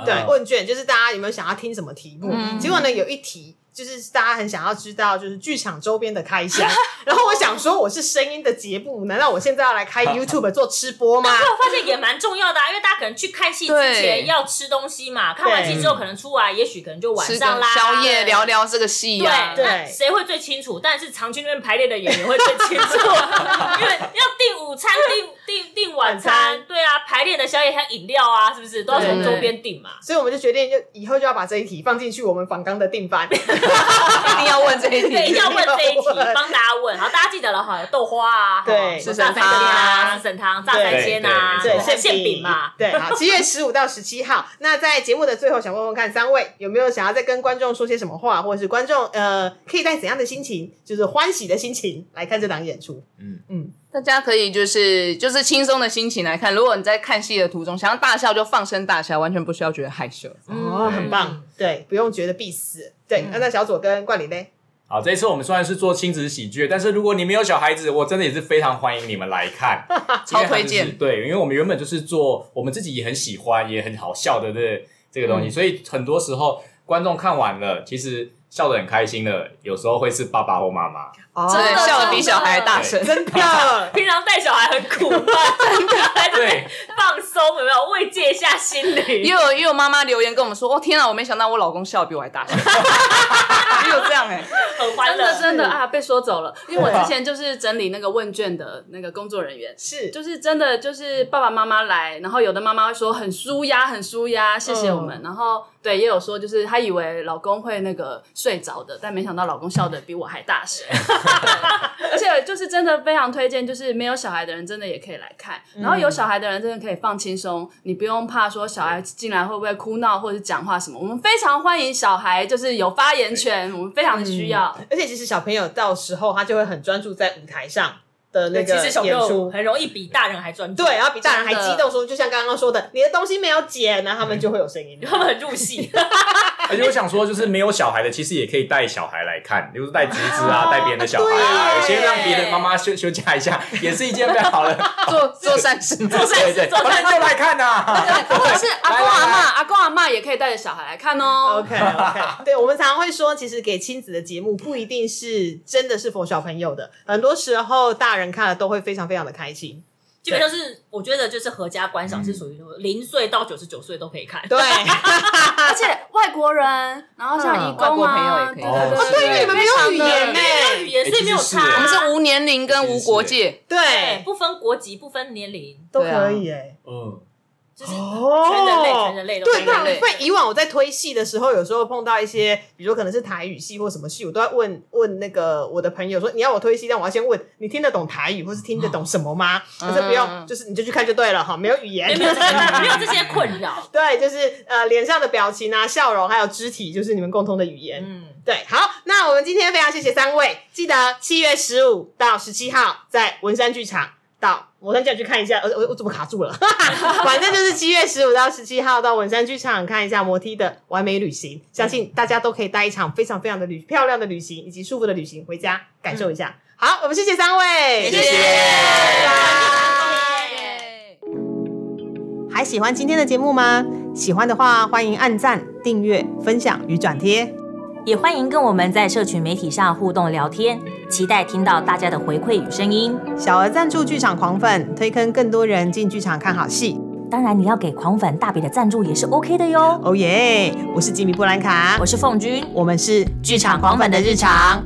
对，嗯问卷就是大家有没有想要听什么题目？嗯结果呢，有一题就是大家很想要知道，就是剧场周边的开箱。然后我想说，我是声音的节目，难道我现在要来开 YouTube 做吃播吗？我发现也蛮重要的、啊，因为大家可能去看戏之对前要吃东西嘛，看完戏之后可能出来，也许可能就晚吃上个啦，宵夜，聊聊这个戏啊。对，对那谁会最清楚？但是长去那边排练的演员会最清 <laughs> 楚，因为要订午餐、订订订晚晚餐，对啊，排练的宵夜还有饮料啊，是不是都要从对周边订嘛？所以我们就决定，就以后就要把这一题放进去我们仿纲的定番。一定要问这一对，一定题。要问这一题要问，帮大家问。好，大家记得了哈，有豆花啊，对哈四神大三鲜汤啊，四神汤、榨三鲜啊，对对，什馅么馅饼嘛。。对，好，七月十五到十七号。那在节目的最后，想问问看三位有没有想要再跟观众说些什么话，或者是观众呃可以带怎样的心情，就是欢喜的心情来看这档演出？大家可以就是就是轻松的心情来看，如果你在看戏的途中想要大笑，就放声大笑，完全不需要觉得害羞。嗯哦，很棒，对，不用觉得必死。对，那那小左跟冠霖呢？好，这一次我们虽然是做亲子喜剧，但是如果你们有小孩子，我真的也是非常欢迎你们来 <laughs> 看，超推因为它就是荐对，因为我们原本就是做我们自己也很喜欢，也很好笑的这这个嗯东西，所以很多时候观众看完了，其实笑得很开心的，有时候会是爸爸或妈妈。哦对，笑得比小孩还大声。真的，平常带小孩很 <laughs> 苦闷，对，放松有没有？慰藉一下心灵。也有也有妈妈留言跟我们说，哦天啊，我没想到我老公笑得比我还 <laughs> 大声，也有这样哎、很欢真乐的。 <laughs> 真嗯的啊，被说走了。因为我之前就是整理那个问卷的那个工作人员，是就是真的就是爸爸妈妈来，然后有的妈妈会说很舒压，很舒压，谢谢我们。然后对，也有说就是她以为老公会那个睡着的，但没想到老公笑的比我还大声。 <laughs> 对而且就是真的非常推荐，就是没有小孩的人真的也可以来看，然后有小孩的人真的可以放轻松，你不用怕说小孩进来会不会哭闹或者讲话什么。我们非常欢迎小孩，就是有发言权，我们非常的需要。而且其实小朋友到时候他就会很专注在舞台上的那其个实小朋演友出。很容易比大人还专注，对，然啊后比大人还真的 <laughs> 激动说，就像刚刚说的，你的东西没有剪，然后他们就会有声音了。他们很入戏。而且我想说，就是没有小孩的，其实也可以带小孩来看，比如说带侄子哦啊，带别人的小孩对啊，有些让别的妈妈休休假一下，也是一件非常好的。做做善事嘛，做善对对，事，做反善正事就来看啊呐。或者是阿公来来阿来妈，阿公阿妈也可以带着小孩来看哦。 OK OK，对我们常常会说，其实给亲子的节目不一定是真的是否小朋友的，很多时候大人看了都会非常非常的开心。基本就是我觉得就是合家观赏是属于零岁到九十九岁都可以看。对，而且外国人，然后像嗯义外工国朋友啊，也可以对对 <laughs> 哦对对，因为你们没有语言呢、语言所以没有差欸啊，我们是无年龄跟无国界，对啊对，不分国籍、不分年龄，都对啊可以哎、嗯，就是哦全人类、全人类都可对，以不看然类不然以往我在推戏的时候，有时候碰到一些，比如说可能是台语戏或什么戏，我都要问问那个我的朋友说，你要我推戏，但我要先问你听得懂台语，或是听得懂什么吗？可是不用，就是你就去看就对了哈，没有语言嗯没有。没有这些没有这些困扰。对，就是呃脸上的表情啊、笑容，还有肢体，就是你们共同的语言。嗯，对，好，那我们今天非常谢谢三位，记得七月十五到十七号在文山剧场。到文山剧场去看一下，呃，我我怎么卡住了？ <laughs> 反正就是七月十五到十七号到文山剧场看一下摩梯的《完美旅行》，相信大家都可以带一场非常非常的旅漂亮的旅行以及舒服的旅行回家感受一下。好，我们谢谢三位，谢谢拜拜耶还喜欢今天的节目吗？喜欢的话，欢迎按赞、订阅、分享与转贴。也欢迎跟我们在社群媒体上互动聊天，期待听到大家的回馈与声音。小额赞助剧场狂粉，推坑更多人进剧场看好戏。当然，你要给狂粉大笔的赞助也是 OK 的哟。哦耶！我是吉米布兰卡我，是凤君，我们是剧场狂粉的日常，